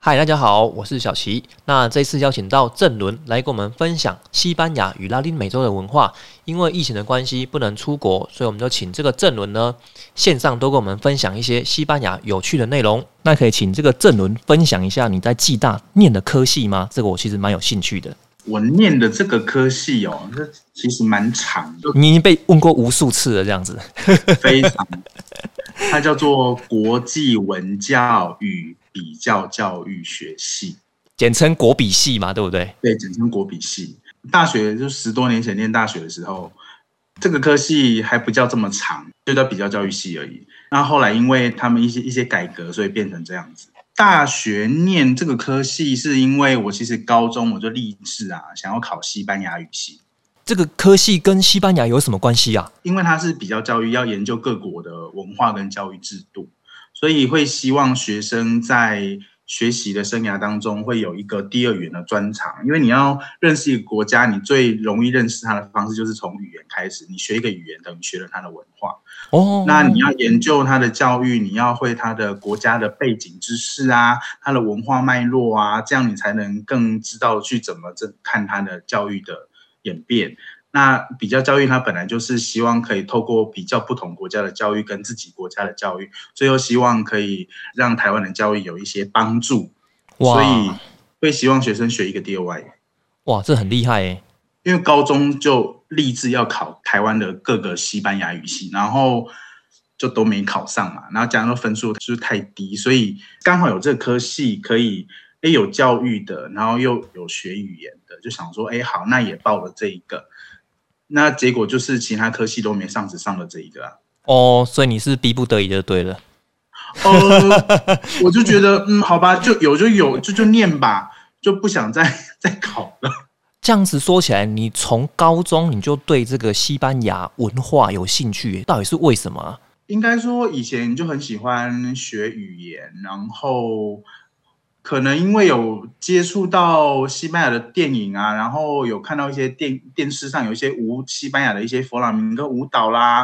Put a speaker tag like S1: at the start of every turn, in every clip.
S1: 嗨，大家好，我是小齐。那这次邀请到郑伦来跟我们分享西班牙与拉丁美洲的文化。因为疫情的关系，不能出国，所以我们就请这个郑伦呢线上多跟我们分享一些西班牙有趣的内容。那可以请这个郑伦分享一下你在暨大念的科系吗？这个我其实蛮有兴趣的。
S2: 我念的这个科系哦，这其实蛮长的，
S1: 你已经被问过无数次了，这样子。
S2: 非常，它叫做国际文教与比较教育学系，
S1: 简称国比系嘛，对不对？
S2: 对，简称国比系。大学就十多年前念大学的时候，这个科系还不叫这么长，就叫比较教育系而已。那后来因为他们一些一些改革，所以变成这样子。大学念这个科系是因为我其实高中我就立志啊，想要考西班牙语系。
S1: 这个科系跟西班牙有什么关系啊？
S2: 因为它是比较教育，要研究各国的文化跟教育制度，所以会希望学生在学习的生涯当中会有一个第二语言的专长。因为你要认识一个国家，你最容易认识它的方式就是从语言开始。你学一个语言，等于学了它的文化。
S1: 哦，
S2: 那你要研究它的教育，你要会它的国家的背景知识啊，它的文化脉络啊，这样你才能更知道去怎么这看它的教育的演变。那比较教育，它本来就是希望可以透过比较不同国家的教育跟自己国家的教育，最后希望可以让台湾的教育有一些帮助，所以
S1: 哇
S2: 会希望学生学一个第二外语。
S1: 哇，这很厉害诶。
S2: 因为高中就立志要考台湾的各个西班牙语系，然后就都没考上嘛，然后加上分数就是太低，所以刚好有这科系可以，诶有教育的，然后又有学语言的，就想说，诶好，那也报了这一个，那结果就是其他科系都没上，只上了这一个啊。
S1: 哦，所以你是逼不得已就对了。
S2: 呃，我就觉得，嗯，好吧，就有就有，就就念吧，就不想再 再考了。
S1: 这样子说起来，你从高中你就对这个西班牙文化有兴趣，到底是为什么啊？
S2: 应该说以前就很喜欢学语言，然后可能因为有接触到西班牙的电影啊，然后有看到一些电电视上有一些舞西班牙的一些佛朗明哥舞蹈啦，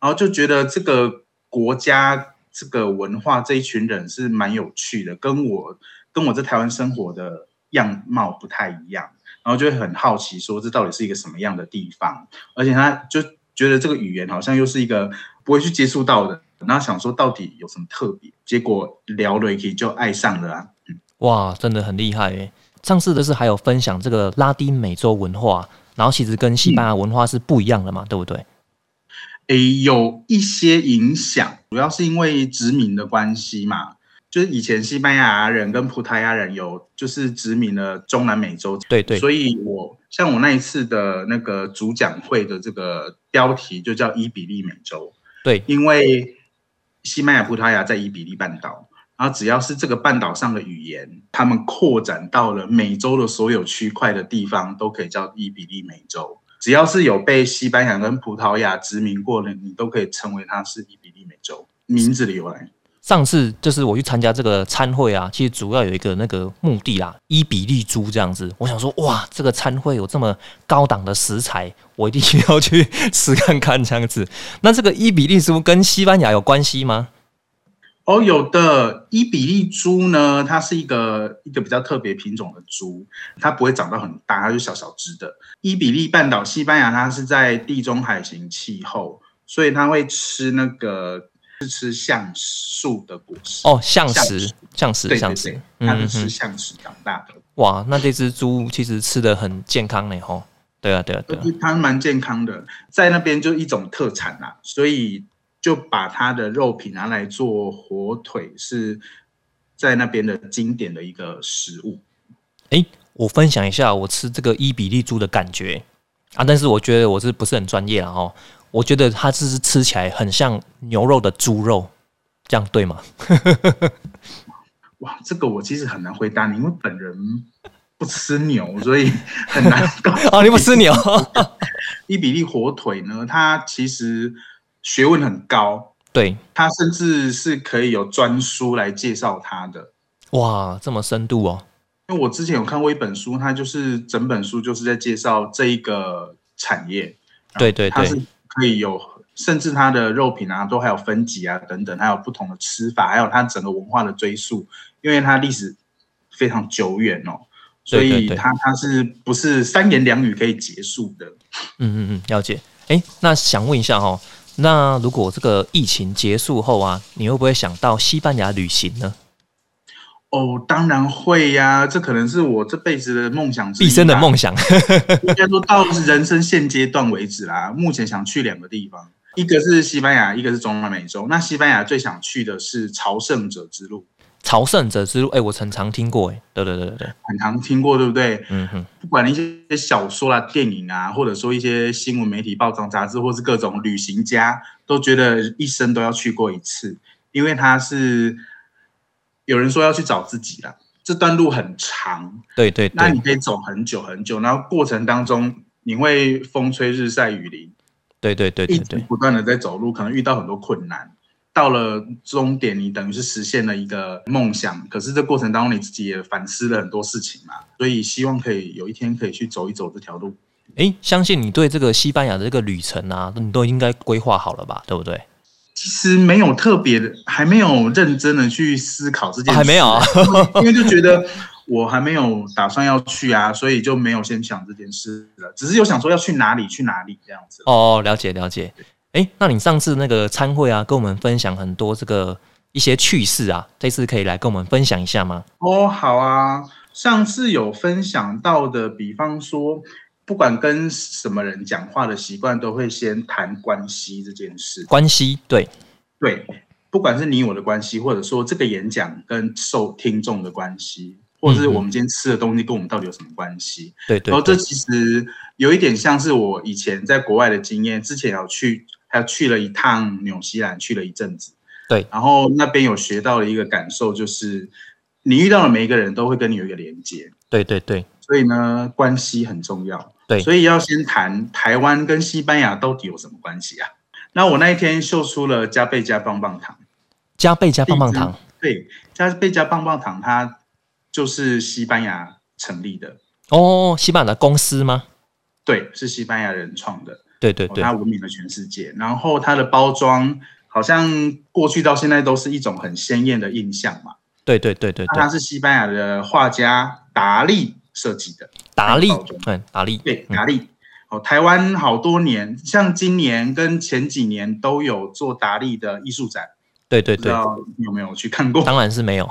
S2: 然后就觉得这个国家、这个文化、这一群人是蛮有趣的，跟我跟我在台湾生活的样貌不太一样，然后就会很好奇说这到底是一个什么样的地方。而且他就觉得这个语言好像又是一个不会去接触到的，然后想说到底有什么特别，结果聊了一起就爱上了啊。
S1: 哇，真的很厉害诶。上次的是还有分享这个拉丁美洲文化，然后其实跟西班牙文化是不一样的嘛，对不对？
S2: 诶，有一些影响，主要是因为殖民的关系嘛，就是以前西班牙人跟葡萄牙人有就是殖民了中南美洲，
S1: 对对，
S2: 所以我像我那一次的那个主讲会的这个标题就叫伊比利美洲，
S1: 对
S2: 因为西班牙、葡萄牙在伊比利半岛，然后只要是这个半岛上的语言，他们扩展到了美洲的所有区块的地方，都可以叫伊比利美洲。只要是有被西班牙跟葡萄牙殖民过的，你都可以称为它是伊比利美洲名字的由来。
S1: 上次就是我去参加这个参会啊，其实主要有一个那个目的啦，伊比利猪这样子。我想说，哇，这个参会有这么高档的食材，我一定要去 吃看看这样子。那这个伊比利猪跟西班牙有关系吗？
S2: 哦，有的伊比利猪呢，它是一个一个比较特别品种的猪，它不会长到很大，它就小小只的。伊比利半岛，西班牙它是在地中海型气候，所以它会吃那个是吃橡树的果实。
S1: 哦，象
S2: 象
S1: 石
S2: 石，
S1: 象石，
S2: 对对
S1: 象石
S2: 对，，它是
S1: 哼
S2: 吃橡石长大的，
S1: 嗯哇，那这只猪其实吃的很健康呢，吼。对啊，对啊，对啊
S2: 而，且它蛮健康的，在那边就一种特产啦、所以就把它的肉品拿来做火腿，是在那边的经典的一个食物。
S1: 诶，我分享一下我吃这个伊比利猪的感觉啊，但是我觉得我是不是很专业了哦？我觉得它是吃起来很像牛肉的猪肉，这样对 吗？
S2: 哇，这个我其实很难回答你，因为本人不吃牛，所以很 难搞。
S1: 哦，你不吃牛
S2: 伊比利火腿呢，它其实学问很高，
S1: 对，
S2: 它甚至是可以有专书来介绍它的。
S1: 哇，这么深度哦，
S2: 因为我之前有看过一本书，它就是整本书就是在介绍这一个产业，
S1: 对对嗯
S2: 啊它
S1: 对
S2: 是可以有甚至它的肉品啊，都还有分级啊等等，还有不同的吃法，还有它整个文化的追溯，因为它历史非常久远哦，所
S1: 对对
S2: 以
S1: 对
S2: 它它是不是三言两语可以结束的？
S1: 嗯嗯嗯，了解。诶，那想问一下哦，那如果这个疫情结束后啊，你会不会想到西班牙旅行呢？
S2: 哦，当然会呀、这可能是我这辈子的梦想之一
S1: 毕生的
S2: 吧
S1: 梦想。
S2: 应该说到人生现阶段为止啦，目前想去两个地方，一个是西班牙，一个是中南美洲。那西班牙最想去的是朝圣者之路，
S1: 朝圣者之路，哎诶，我曾常听过，诶，对对对对对，
S2: 很常听过，对不对？
S1: 嗯哼，
S2: 不管一些小说啦、电影啊，或者说一些新闻媒体、报章、杂志，或是各种旅行家，都觉得一生都要去过一次，因为它是有人说要去找自己啦。这段路很长，
S1: 对对
S2: 那你
S1: 对
S2: 可以走很久很久，然后过程当中你会风吹日晒雨淋，
S1: 对对对
S2: 一
S1: 对
S2: 直
S1: 对，
S2: 不断的在走路，可能遇到很多困难。到了终点，你等于是实现了一个梦想，可是这过程当中你自己也反思了很多事情嘛，所以希望可以有一天可以去走一走这条路。
S1: 诶，哎相信你对这个西班牙的这个旅程啊，你都应该规划好了吧，对不哦对？
S2: 其实没有特别的，还没有认真的去思考这件
S1: 哦
S2: 事，
S1: 还没有啊
S2: 因为就觉得我还没有打算要去啊，所以就没有先想这件事了，只是有想说要去哪里去哪里这样子。
S1: 哦，了解了解。诶，那你上次那个参会啊，跟我们分享很多这个一些趣事啊，这次可以来跟我们分享一下吗？
S2: 哦，好啊。上次有分享到的，比方说，不管跟什么人讲话的习惯，都会先谈关系这件事。
S1: 关系，对，
S2: 对，不管是你我的关系，或者说这个演讲跟受听众的关系，或者是我们今天吃的东西跟我们到底有什么关系。
S1: 对对
S2: 然后哦这
S1: 对，
S2: 其实有一点像是我以前在国外的经验，之前有去，还有去了一趟纽西兰，去了一阵子。
S1: 对
S2: 然后那边有学到的一个感受就是，你遇到的每一个人都会跟你有一个连接，
S1: 对对对，
S2: 所以呢，关系很重要。
S1: 对
S2: 所以要先谈台湾跟西班牙到底有什么关系啊？那我那一天秀出了加倍加棒棒糖，
S1: 加倍加棒棒糖，
S2: 对，加倍加棒棒糖它就是西班牙成立的，
S1: 哦，西班牙的公司吗？
S2: 对，是西班牙人创的。
S1: 对对
S2: 哦
S1: 对，
S2: 它闻名了全世界。然后它的包装好像过去到现在都是一种很鲜艳的印象嘛。
S1: 对对对对
S2: 那它
S1: 对，
S2: 是西班牙的画家达利设计的，
S1: 达利
S2: 包装，
S1: 嗯，达利，
S2: 对，
S1: 嗯
S2: 达利。哦，台湾好多年，像今年跟前几年都有做达利的艺术展，
S1: 对对
S2: 不知
S1: 对，
S2: 道你有没有去看过？
S1: 当然是没有，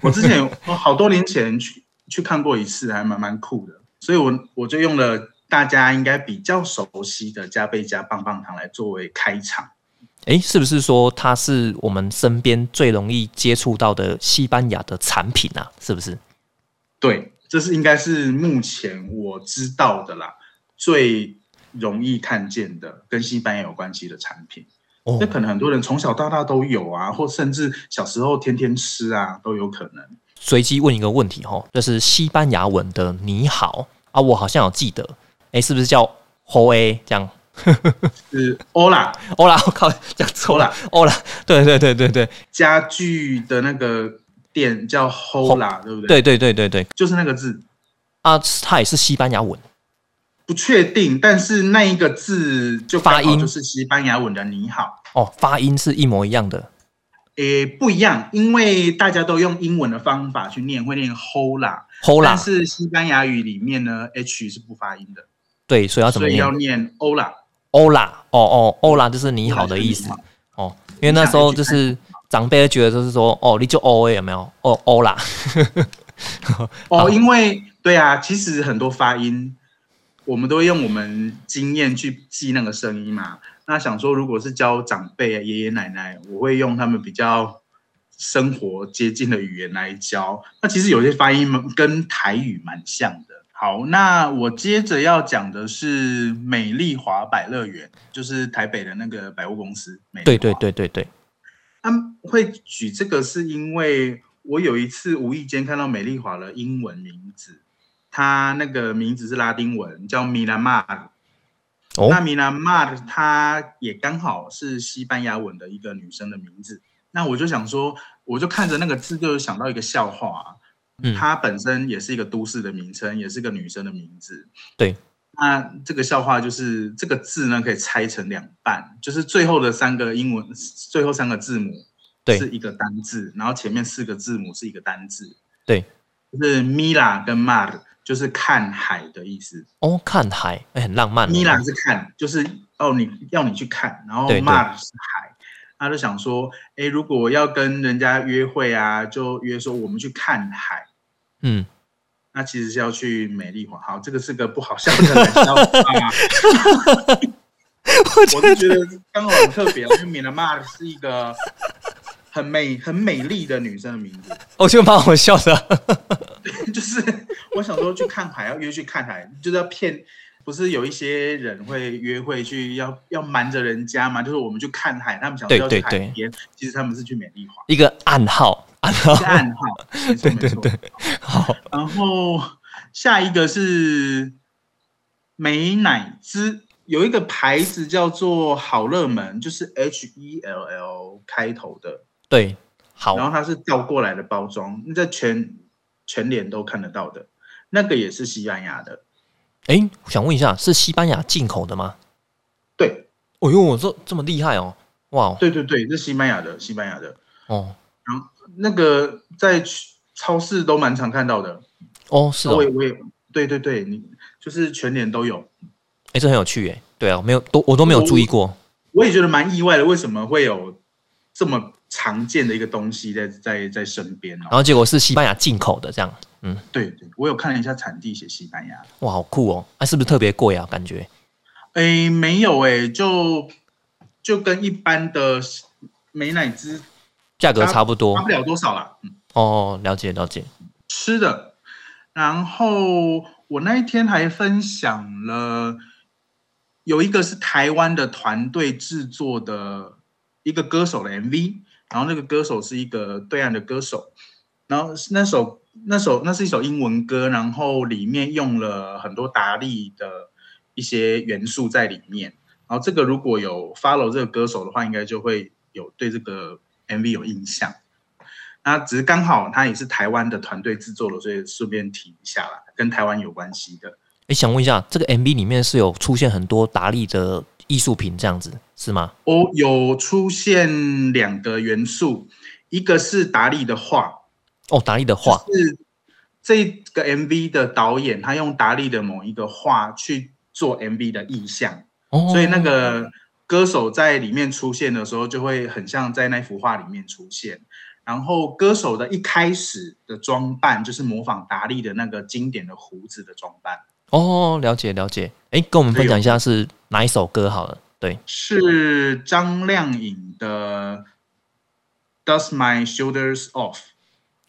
S2: 我之前有我好多年前去去看过一次，还蛮蛮酷的，所以我我就用了大家应该比较熟悉的加倍加棒棒糖来作为开场。
S1: 诶，是不是说它是我们身边最容易接触到的西班牙的产品啊？是不是？
S2: 对，这是应该是目前我知道的啦，最容易看见的跟西班牙有关系的产品。
S1: 哦
S2: 那可能很多人从小到大都有啊，或甚至小时候天天吃啊，都有可能。
S1: 随机问一个问题哦，就是西班牙文的“你好”啊，我好像有记得，诶，是不是叫 “ho a” 这样？
S2: 是欧啦，
S1: 欧啦，我 靠，讲错了，
S2: 哦
S1: 欧啦，对对对对对
S2: 家具的那个店叫 Hola，对不对？，
S1: 对对对对对
S2: 就是那个字，
S1: 啊，它也是西班牙文
S2: 不确定，但是那一个字就
S1: 发
S2: 刚好
S1: 音
S2: 就是西班牙文的你好。
S1: 哦，发音是一模一样的。
S2: 诶，不一样，因为大家都用英文的方法去念，会念 Hola。但
S1: Hola，
S2: 是西班牙语里面呢，H 是不发音的，
S1: 对，所以要怎么
S2: 所以
S1: 念
S2: 要念 Ola。
S1: 欧啦，哦哦，欧啦就是你好的意思
S2: 你好
S1: 哦，因为那时候就是长辈觉得就是说，哦，你就欧诶有没有？哦，欧啦，
S2: 哦，因为对啊，其实很多发音，我们都会用我们经验去记那个声音嘛。那想说，如果是教长辈啊、爷爷奶奶，我会用他们比较生活接近的语言来教。那其实有些发音蛮跟台语蛮像的。好，那我接着要讲的是美丽华百乐园，就是台北的那个百货公司。美丽
S1: 对对
S2: 华
S1: 对对对，
S2: 他们会举这个是因为我有一次无意间看到美丽华的英文名字，它那个名字是拉丁文，叫米兰马尔。
S1: 哦
S2: 那米兰马尔它也刚好是西班牙文的一个女生的名字。那我就想说，我就看着那个字，就想到一个笑话啊、
S1: 嗯
S2: 它本身也是一个都市的名称，也是个女生的名字。
S1: 对。
S2: 那这个笑话就是这个字呢可以拆成两半，就是最后的三个英文最后三个字母
S1: 对
S2: 是一个单字，然后前面四个字母是一个单字。
S1: 对，
S2: 就是 mira 跟 mar 就是看海的意思。
S1: 哦，看海，哎、很浪漫哦。
S2: mira 是看，就是要你要你去看，然后
S1: 对对
S2: mar 是海。他就想说，哎，如果要跟人家约会啊，就约说我们去看海。
S1: 嗯，
S2: 那其实是要去美丽华。好，这个是个不好笑的冷笑话。啊我就觉得刚好很特别，因为米兰玛是一个很美、很美丽的女生的名字。
S1: 我觉得哦蛮好笑的。
S2: 就是我想说去看海，要约去看海，就是要骗。不是有一些人会约会去要要瞒着人家嘛？就是我们去看海，他们想说
S1: 对
S2: 要去
S1: 对
S2: 海
S1: 对
S2: 边，其实他们是去美丽华，
S1: 一个暗号，暗号
S2: 是，暗号。没错
S1: 哦对
S2: 没
S1: 对
S2: 错
S1: 对，好，
S2: 然后下一个是美乃滋，有一个牌子叫做好乐门，就是 H E L L 开头的，
S1: 对，好
S2: 然，后它是倒过来的包装，那在全全脸都看得到的，那个也是西班牙的，
S1: 哎、我想问一下，是西班牙进口的吗？
S2: 对
S1: 哦呦，我这这么厉害哦，哇哦
S2: 对对对，是西班牙的，西班牙的，
S1: 哦
S2: 那个在超市都蛮常看到的，
S1: 哦，是哦
S2: 我，也我也对对对，你就是全脸都有，
S1: 哎、这很有趣哎，对啊，我没有都我都没有注意过，
S2: 我也觉得蛮意外的，为什么会有这么常见的一个东西在在在身边
S1: 然
S2: 哦？
S1: 后结果是西班牙进口的这样，嗯，
S2: 对对，我有看了一下产地写西班牙，
S1: 哇，好酷哦，啊，是不是特别贵啊？感觉
S2: 诶，没有诶，就就跟一般的美乃滋
S1: 价格差不多
S2: 差不了多少啦。嗯，
S1: 哦，了解了解，
S2: 吃的，然后我那一天还分享了有一个是台湾的团队制作的一个歌手的 MV，然后那个歌手是一个对岸的歌手，然后那首那首那是一首英文歌，然后里面用了很多达利的一些元素在里面，然后这个如果有 follow 这个歌手的话，应该就会有对这个 MV 有印象。那只是刚好他也是台湾的团队制作的，所以顺便提一下啦，跟台湾有关系的。
S1: 哎、想问一下，这个 MV 里面是有出现很多达利的艺术品这样子是吗？
S2: 哦，有出现两个元素，一个是达利的画，
S1: 哦，达利的画，
S2: 就是这个 MV 的导演他用达利的某一个画去做 MV 的意象，
S1: 哦，
S2: 所以那个歌手在里面出现的时候，就会很像在那幅画里面出现。然后歌手的一开始的装扮就是模仿达利的那个经典的胡子的装扮。
S1: 哦，了解了解，哎、跟我们分享一下是哪一首歌好了，对，
S2: 是张靓颖的《Dust My Shoulders Off》，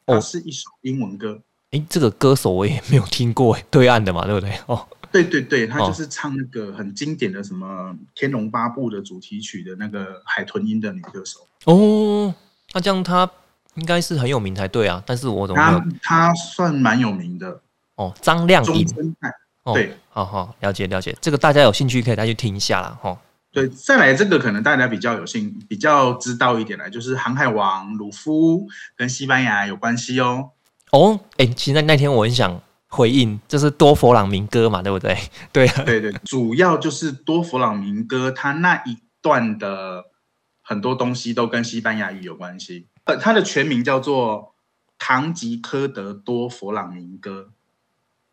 S1: 哦
S2: 它是一首英文歌。
S1: 哎、这个歌手我也没有听过，诶 对岸的嘛，对不对？哦，
S2: 对对对，他
S1: 哦
S2: 就是唱那个很经典的什么《天龙八部》的主题曲的那个海豚音的女歌手。
S1: 哦，那这样他应该是很有名才对啊，但是我怎么没有
S2: 她？她算蛮有名的，
S1: 哦，张靓
S2: 中
S1: 颖，
S2: 生代。
S1: 哦，
S2: 对，
S1: 好好了解了解，这个大家有兴趣可以再去听一下啦，哈、哦，
S2: 对，再来这个可能大家比较有兴，比较知道一点啦，就是《航海王》鲁夫跟西班牙有关系哦。
S1: 哦，哎、其实那那天我很想回应，这是多佛朗明哥嘛，对不对？对啊，
S2: 对对，主要就是多弗朗明哥他那一段的很多东西都跟西班牙语有关系。呃，他的全名叫做堂吉诃德多弗朗明哥。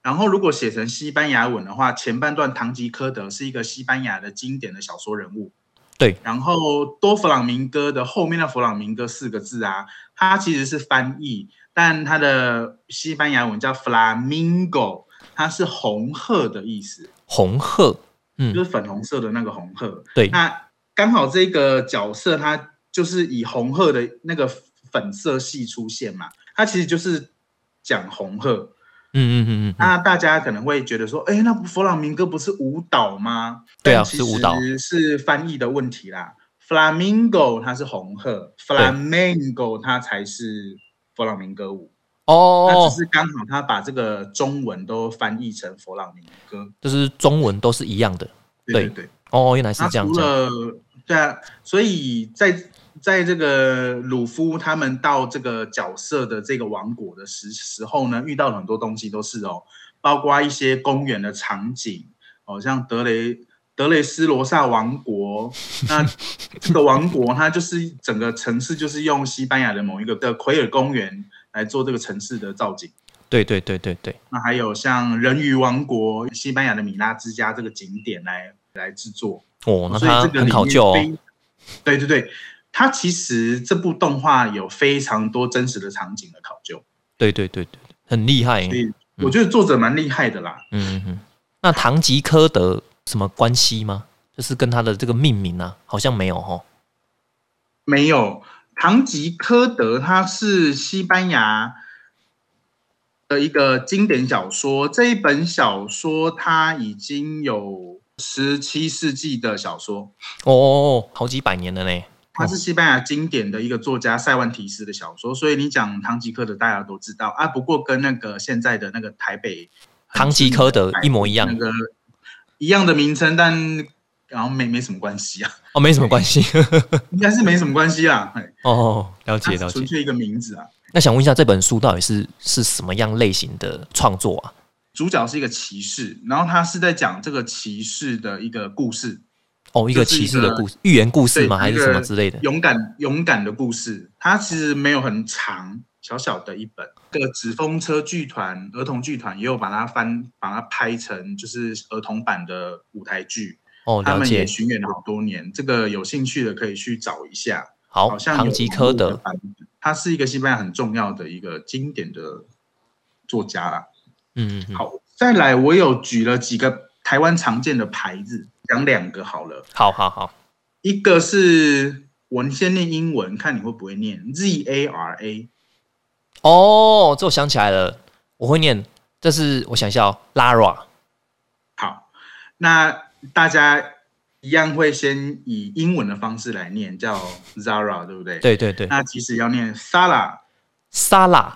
S2: 然后如果写成西班牙文的话，前半段堂吉诃德是一个西班牙的经典的小说人物。
S1: 对，
S2: 然后多弗朗明哥的后面的弗朗明哥四个字啊，它其实是翻译，但它的西班牙文叫 flamingo，它是红鹤的意思。
S1: 红鹤，嗯
S2: 就是粉红色的那个红鹤。
S1: 对
S2: 那刚好这个角色他就是以红鹤的那个粉色系出现嘛，他其实就是讲红鹤。
S1: 嗯嗯嗯嗯嗯，
S2: 那大家可能会觉得说，哎、那弗朗明哥不是舞蹈吗？
S1: 对啊
S2: 但其实
S1: 是舞蹈
S2: 是翻译的问题啦。Flamingo 它是红鹤，Flamingo 它才是弗朗明哥舞。那
S1: 哦
S2: 只，是刚好他把这个中文都翻译成弗朗明哥。
S1: 就是中文都是一样的，
S2: 对
S1: 对
S2: 对对。
S1: 哦，原来是
S2: 那
S1: 这样
S2: 除
S1: 子，
S2: 了对啊，所以在在这个鲁夫他们到这个角色的这个王国的时时候呢，遇到了很多东西都是哦，包括一些公园的场景哦、好像德雷德雷斯罗萨王国，那这个王国它就是整个城市就是用西班牙的某一个的奎尔公园来做这个城市的造景。
S1: 对对对对对，
S2: 那还有像人鱼王国，西班牙的米拉之家这个景点来来制作，
S1: 哦，那
S2: 所以
S1: 他
S2: 这个
S1: 很考究哦
S2: 里。面非。对对对，它其实这部动画有非常多真实的场景的考究，
S1: 对对对对，很厉害。
S2: 所
S1: 嗯
S2: 以我觉得作者蛮厉害的啦。
S1: 嗯嗯。那堂吉诃德什么关系吗？就是跟他的这个命名啊，好像没有哦。
S2: 没有，堂吉诃德它是西班牙的一个经典小说。这一本小说它已经有十七世纪的小说，
S1: 哦哦哦，好几百年了呢。
S2: 它是西班牙经典的一个作家塞万提斯的小说。所以你讲堂吉诃德，大家都知道啊。不过跟那个现在的那个台北
S1: 堂吉诃德一模一
S2: 那
S1: 样
S2: 个一样的名称，但然后没没什么关系啊，
S1: 哦，没什么关系。
S2: 应该是没什么关系啊。嘿
S1: 哦，了
S2: 它
S1: 解了解
S2: 啊纯。粹一个名字啊。
S1: 那想问一下，这本书到底是是什么样类型的创作啊？
S2: 主角是一个骑士，然后他是在讲这个骑士的一个故事，
S1: 哦，一个骑士的故事，寓言故事吗？
S2: 对
S1: 还是
S2: 一个
S1: 什么之类的？
S2: 勇敢勇敢的故事。它其实没有很长，小小的一本。这个纸风车剧团、儿童剧团也有把它翻，把它拍成就是儿童版的舞台剧。
S1: 哦，
S2: 他
S1: 了
S2: 们也
S1: 解。
S2: 巡演了好多年，这个有兴趣的可以去找一下。
S1: 好，
S2: 好像有
S1: 堂吉诃
S2: 网络的
S1: 德。
S2: 版本，它是一个西班牙很重要的一个经典的作家啦。
S1: 嗯嗯嗯，
S2: 好，再来，我有举了几个台湾常见的牌子，讲两个好了。
S1: 好好好。
S2: 一个是我先念英文，看你会不会念 Z A R A，
S1: 哦，这我想起来了，我会念，这是我想一下哦，Lara。
S2: 好，那大家一样会先以英文的方式来念，叫 Zara，对不对？。
S1: 对对对
S2: 那其实要念 Sara
S1: ，Sara。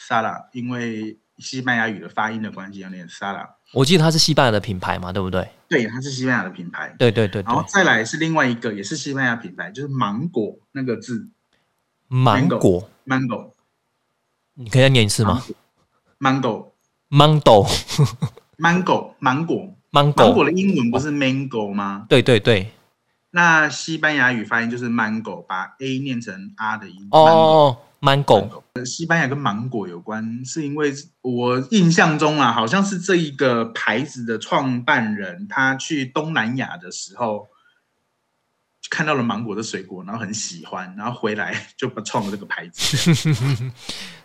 S2: Sara，因为西班牙语的发音的关系，要念 Sara。
S1: 我记得它是西班牙的品牌嘛，对不对？
S2: 对，它是西班牙的品牌。
S1: 对对对
S2: 然
S1: 对
S2: 后，再来是另外一个，也是西班牙品牌，就是芒果那个字
S1: 芒果，
S2: ，mango
S1: 你可以再念一次吗
S2: mango
S1: ？Mango，
S2: mango 芒果
S1: 芒
S2: 芒果
S1: 果，
S2: 的英文不是 mango 吗？
S1: 对对对，
S2: 那西班牙语发音就是 mango，把 a 念成 r 的音。
S1: 哦，Mango，
S2: mango，西班牙跟芒果有关，是因为我印象中啊，好像是这一个牌子的创办人，他去东南亚的时候。看到了芒果的水果，然后很喜欢，然后回来就创了这个牌子。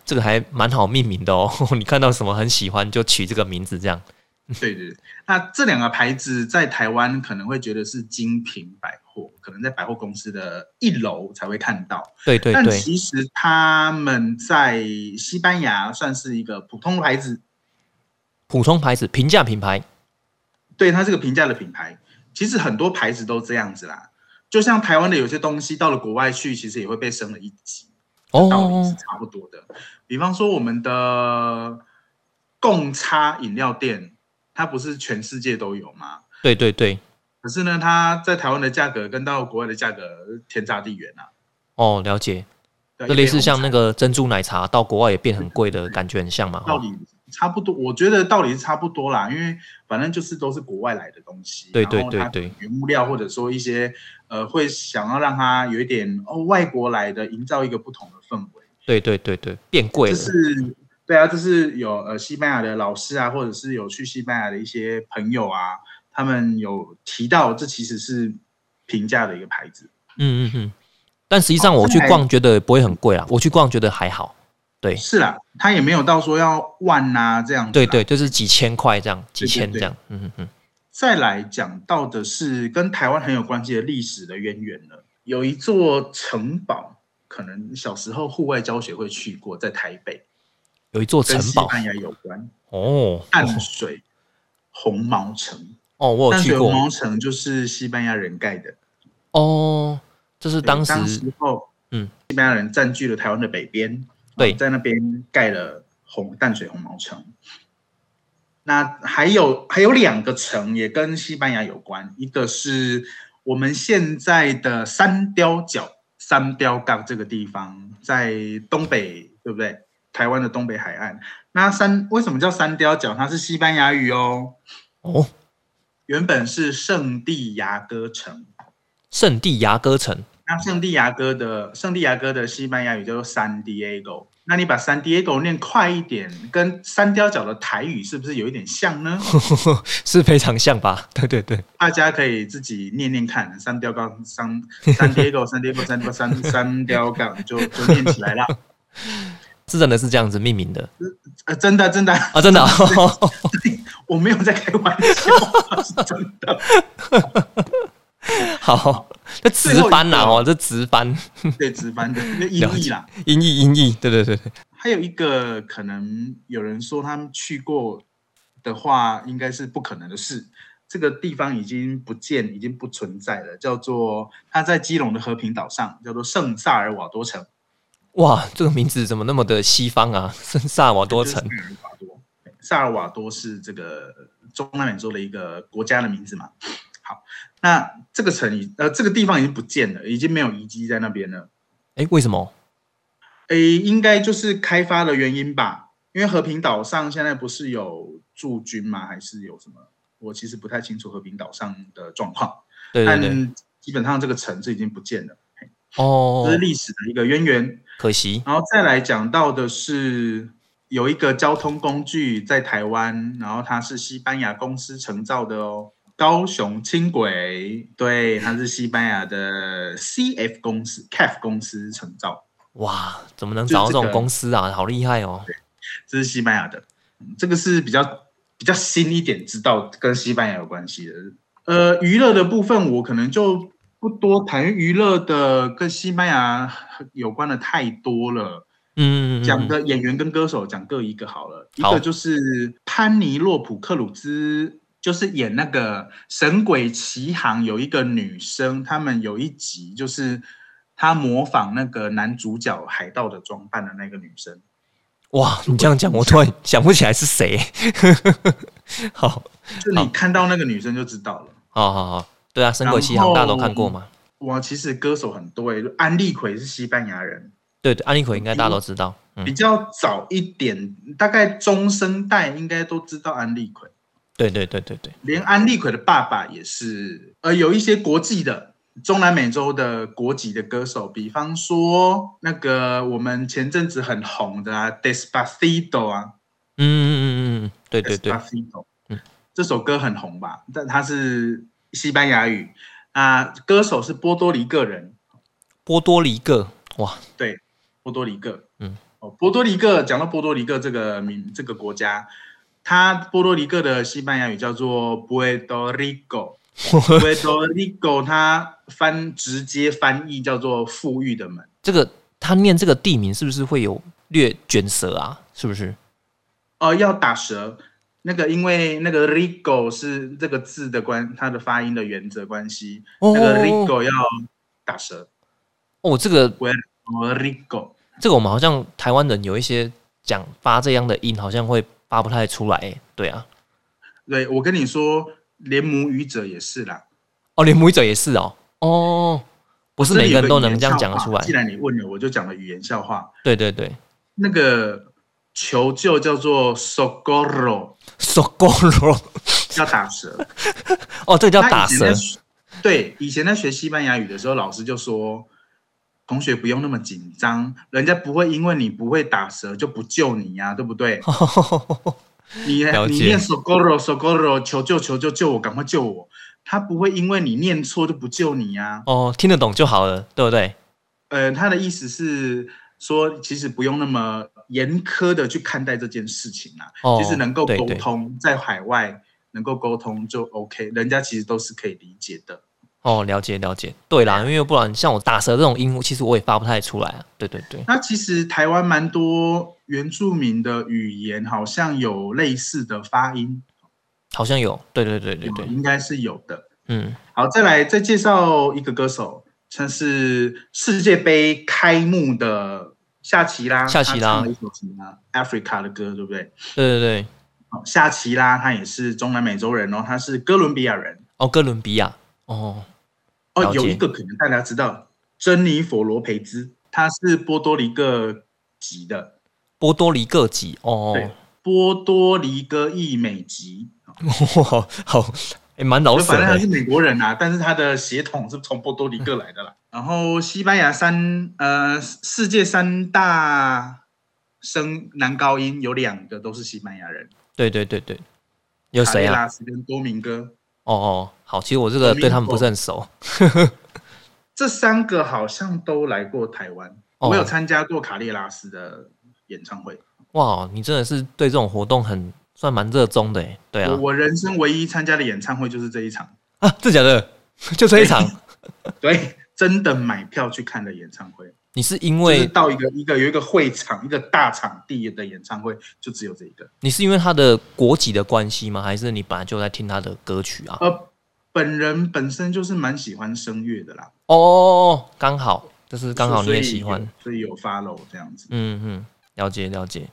S1: 这个还蛮好命名的哦。 你看到什么很喜欢就取这个名字，这样。
S2: 对对对，那这两个牌子在台湾可能会觉得是精品百货，可能在百货公司的一楼才会看到。
S1: 对对
S2: 但
S1: 对，
S2: 其实他们在西班牙算是一个普通牌子，
S1: 普通牌子，平价品牌。
S2: 对它是个平价的品牌。其实很多牌子都这样子啦，就像台湾的有些东西到了国外去，其实也会被升了一级，道理是
S1: 哦
S2: 差不多的。比方说我们的贡差饮料店，它不是全世界都有吗？
S1: 对对对，
S2: 可是呢，它在台湾的价格跟到国外的价格天差地远啊。
S1: 哦，了解。
S2: 对啊
S1: 就类似像那
S2: 一杯红
S1: 个珍珠奶茶到国外也变很贵的感觉，很像嘛。
S2: 茶道
S1: 哦
S2: 理差不多，我觉得道理是差不多啦，因为反正就是都是国外来的东西，
S1: 对对
S2: 然后它
S1: 对对
S2: 原物料或者说一些呃，会想要让它有一点哦外国来的，营造一个不同的氛围。
S1: 对对对对，变贵
S2: 这
S1: 了。
S2: 是对啊，这是有呃西班牙的老师啊，或者是有去西班牙的一些朋友啊，他们有提到这其实是平价的一个牌子。
S1: 嗯嗯嗯。但实际
S2: 哦
S1: 上我去逛，觉得不会很贵啦。我去逛觉得还好。对
S2: 是啦，它也没有到说要万啊这样子
S1: 对
S2: 啦。
S1: 对，就是几千块这样，几千
S2: 对
S1: 这样。嗯嗯嗯。
S2: 再来讲到的是跟台湾很有关系的历史的渊源了。有一座城堡，可能小时候户外教学会去过，在台北，
S1: 有一座城
S2: 跟西
S1: 堡
S2: 班牙有关，
S1: 哦
S2: 淡水红毛城。
S1: 哦，我有
S2: 淡
S1: 去
S2: 水
S1: 过
S2: 红毛城就是西班牙人盖的，
S1: 哦，这是
S2: 对
S1: 当
S2: 当
S1: 时
S2: 时候，
S1: 嗯，
S2: 西班牙人占据了台湾的北边，哦
S1: 对
S2: 在那边盖了红淡水红毛城。那还有还有两个城也跟西班牙有关，一个是我们现在的三雕角、三雕港这个地方，在东北，对不对？台湾的东北海岸。那三为什么叫三雕角？它是西班牙语哦。
S1: 哦，
S2: 原本是圣地牙哥城。
S1: 圣地牙哥城，
S2: 那圣地牙哥的圣地牙哥的西班牙语叫做 San Diego。那你把 San Diego 念快一点，跟三貂角的台语是不是有一点 像呢？
S1: 是非常像吧？ 对对对，
S2: 大家可以自己念念看，三貂港三三 Diego 三 Diego 三 Diego 三三貂港就就念起来了。
S1: 是真的是这样子命名的
S2: 呃，真的真的，
S1: 啊，真的啊、
S2: 我没有在开玩笑， 是真的。
S1: 好，这直翻啦哦，这直翻
S2: 对，值班的那音
S1: 了解
S2: 译啦，
S1: 音译音译，对对对对，
S2: 还有一个可能有人说他们去过的话，应该是不可能的事。这个地方已经不见，已经不存在了，叫做它在基隆的和平岛上，叫做圣萨尔瓦多城。
S1: 哇，这个名字怎么那么的西方啊？ 圣萨瓦多城
S2: 就，是萨尔瓦多，对萨尔瓦多是这个中南美洲的一个国家的名字嘛。好，那这个城已呃这个地方已经不见了，已经没有遗迹在那边了。
S1: 哎，为什么？
S2: 诶，应该就是开发的原因吧，因为和平岛上现在不是有驻军吗？还是有什么？我其实不太清楚和平岛上的状况，
S1: 对对对，
S2: 但基本上这个城是已经不见了，
S1: 哦
S2: 这是，历史的一个渊源。
S1: 可惜，
S2: 然后再来讲到的是有一个交通工具在台湾，然后它是西班牙公司承造的哦，高雄轻轨，对，它是西班牙的 CF 公司 CAF 公司承造。
S1: 哇，怎么能
S2: 就
S1: 找到这
S2: 这
S1: 种
S2: 个
S1: 公司啊？好厉害哦！
S2: 这是西班牙的，嗯这个是比较比较新一点，知道跟西班牙有关系的。呃，娱乐的部分我可能就不多谈，因为娱乐的跟西班牙有关的太多了。
S1: 嗯，嗯嗯
S2: 讲
S1: 嗯
S2: 个演员跟歌手，讲各一个好了。一
S1: 好
S2: 个就是潘尼洛普·克鲁兹，就是演那个《神鬼奇航》有一个女生，他们有一集就是她模仿那个男主角海盗的装扮的那个女生。
S1: 哇，你这样讲，我突然想不起来是谁。 好，
S2: 就你看到那个女生就知道了。
S1: 好好好，对啊，《神鬼奇航》大家都看过嘛？
S2: 哇，其实歌手很多诶、欸安利奎是西班牙人，
S1: 对对，安利奎应该大家都知道。嗯
S2: 比，较早一点，大概中生代应该都知道安利奎，
S1: 对对对对对，
S2: 连安利奎的爸爸也是，呃，有一些国际的。中南美洲的国籍的歌手，比方说那个我们前阵子很红的啊，Despacito 啊，
S1: 嗯嗯嗯嗯嗯，对对对，
S2: Despacito，
S1: 嗯
S2: 这首歌很红吧？但它是西班牙语啊，歌手是波多黎各人，
S1: 波多黎各，哇，
S2: 对，波多黎各，
S1: 嗯，
S2: 哦，波多黎各，讲到波多黎各这个名这个国家，它波多黎各的西班牙语叫做 Puerto Rico，Puerto Rico 它翻直接翻译叫做富裕的门，
S1: 这个他念这个地名是不是会有略卷舌啊？是不是？
S2: 哦、要打折。那个，因为那个 Rico 是这个字的关，它的发音的原则关系，
S1: 哦
S2: 那个
S1: 哦
S2: Rico 要打折
S1: 哦，这个
S2: ，Puerto Rico。
S1: 这个我们好像台湾人有一些讲发这样的音，好像会发不太出来、欸。对啊，
S2: 对，我跟你说，连母语者也是啦，
S1: 哦，连母语者也是哦，哦，不是每个人都能这样讲得出来
S2: 既。然你问了，我就讲了语言笑话。
S1: 对对对
S2: 那个求救叫做 socorro，
S1: ，socorro，
S2: 要打 舌，
S1: 哦，这个叫打
S2: 那
S1: 舌
S2: 以前在学。对，以前在学西班牙语的时候，老师就说，同学不用那么紧张，人家不会因为你不会打舌就不救你呀、对 不对？你
S1: 了
S2: 你
S1: 解
S2: 念 socorro socorro 求救求救救我，赶快救我。他不会因为你念错就不救你呀、
S1: 哦，听得懂就好了，对不对？
S2: 呃，他的意思是说，其实不用那么严苛的去看待这件事情啊。
S1: 哦，
S2: 其实能够
S1: 对
S2: 沟
S1: 对
S2: 通，在海外能够沟通就 OK，人家其实都是可以理解的。
S1: 哦，了解了解，对啊啦，因为不然像我打舌这种音，其实我也发不太出来啊。对对对，
S2: 那其实台湾蛮多原住民的语言好像有类似的发音，
S1: 好像有，对对对对
S2: 有
S1: 对，
S2: 应该是有的。
S1: 嗯，
S2: 好，再来再介绍一个歌手，像是世界杯开幕的夏奇拉，
S1: 夏奇
S2: 他
S1: 拉
S2: 唱了一首什么 Africa 的歌，对不对？
S1: 对对对，
S2: 好夏奇拉他也是中南美洲人哦，他是哥伦比亚人
S1: 哦，哥伦比亚，哦，了
S2: 哦。
S1: 解
S2: 有一个可能大家知道，珍妮佛罗培兹，她是波多黎各籍的，
S1: 波多黎各籍，哦，
S2: 对波多黎各裔美籍。
S1: 哇，好哎，蛮老舍
S2: 反正他
S1: 的
S2: 是美国人啊，但是他的血统是从波多黎各来的
S1: 嗯
S2: 啦。然后西班牙三呃世界三大声男高音有两个都是西班牙人，
S1: 对对对对，有谁
S2: 卡雷
S1: 啊？
S2: 拉斯跟多明哥
S1: 哦哦，好，其实我这个对他们不是很熟。
S2: 这三个好像都来过台湾。
S1: 哦
S2: 我有参加过卡列拉斯的演唱会，
S1: 哇，你真的是对这种活动很算蛮热衷的哎。对啊
S2: 我，我人生唯一参加的演唱会就是这 一场，
S1: 啊，这假的， 就这一场，
S2: 对，真的买票去看的演唱会。
S1: 你是因
S2: 就是
S1: 为
S2: 到一个一个有一个会场，一个大场地的演唱会，就只有这一个。
S1: 你是因为他的国籍的关系吗？还是你本来就在听他的歌曲啊？
S2: 呃，本人本身就是蛮喜欢声乐的啦，
S1: 哦哦，哦刚好，就是刚好你
S2: 所以
S1: 也喜欢。，
S2: 所以有 follow 这样子。
S1: 嗯嗯，了解了解。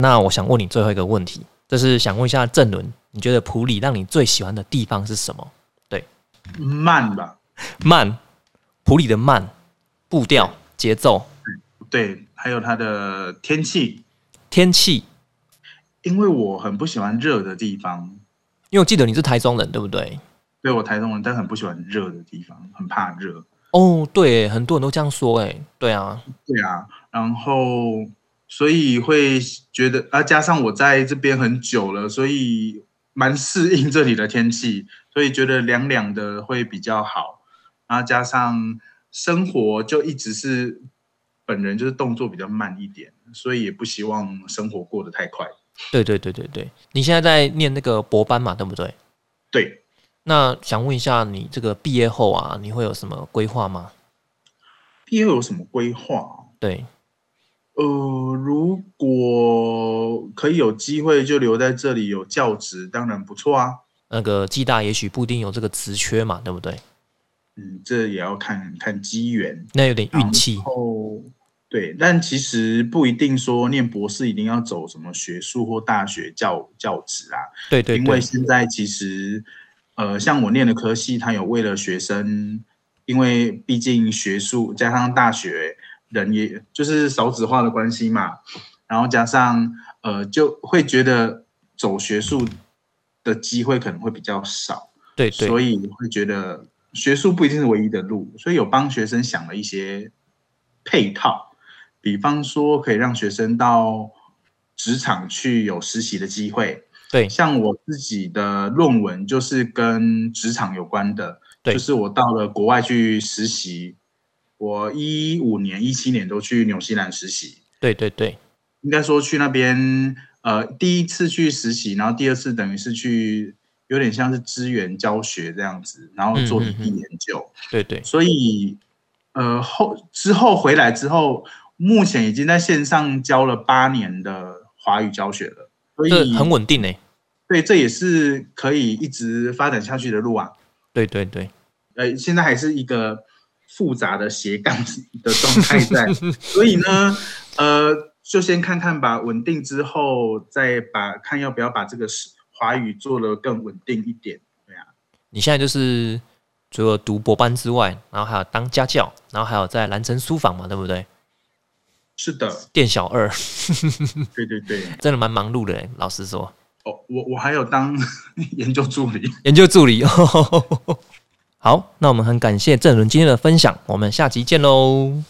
S1: 那我想问你最后一个问题，就是想问一下郑伦，你觉得普里让你最喜欢的地方是什么？嗯
S2: 慢吧，
S1: 慢，普里的慢步调、节奏、
S2: 对，还有它的天气，
S1: 天气，
S2: 因为我很不喜欢热的地方，
S1: 因为我记得你是台中人，对不对？
S2: 对我台中人，但很不喜欢热的地方，很怕热。
S1: 哦，对，很多人都这样说，哎，对啊，
S2: 对啊，然后所以会觉得啊，加上我在这边很久了，所以蛮适应这里的天气，所以觉得凉凉的会比较好。然后加上生活就一直是本人就是动作比较慢一点，所以也不希望生活过得太快。
S1: 对对对对对，你现在在念那个博班嘛，对不对？
S2: 对，
S1: 那想问一下，你这个毕业后啊，你会有什么规划吗？
S2: 毕业有什么规划？啊
S1: 对，
S2: 呃，如果可以有机会就留在这里有教职，当然不错啊。
S1: 那个暨大也许不一定有这个职缺嘛，对不对？
S2: 嗯，这也要看看机缘。
S1: 那有点运气
S2: 然，后对，但其实不一定说念博士一定要走什么学术或大学教教职啊，
S1: 对对
S2: 因为
S1: 对，
S2: 现在其实呃，像我念的科系，它有为了学生，因为毕竟学术加上大学人也就是少子化的关系嘛，然后加上呃，就会觉得走学术的机会可能会比较少。
S1: 对
S2: 所
S1: 对，
S2: 以我会觉得学术不一定是唯一的路，所以有帮学生想了一些配套，比方说可以让学生到职场去有实习的机会。
S1: 对
S2: 像我自己的论文就是跟职场有关的，
S1: 对
S2: 就是我到了国外去实习，我一五年、一七年都去纽西兰实习，
S1: 对对对，
S2: 应该说去那边，呃，第一次去实习，然后第二次等于是去，有点像是支援教学这样子，然后做
S1: 嗯嗯
S2: 一地研究。
S1: 对对，
S2: 所以，呃，后之后回来之后，目前已经在线上教了八年的华语教学了，所
S1: 这
S2: 以
S1: 很稳定哎，
S2: 对，这也是可以一直发展下去的路啊。
S1: 对对对，
S2: 呃，现在还是一个复杂的斜杠的状态在，所以呢，呃，就先看看吧，稳定之后再把看要不要把这个是华语做得更稳定一点。对啊，
S1: 你现在就是除了读博班之外，然后还有当家教，然后还有在蓝城书房嘛，对不对？
S2: 是的，
S1: 店小二，
S2: 对对对，
S1: 真的蛮忙碌的欸，老实说，
S2: 哦，我我还有当 研究助理，
S1: 研究助理。 好，那我们很感谢郑伦今天的分享，我们下集见喽。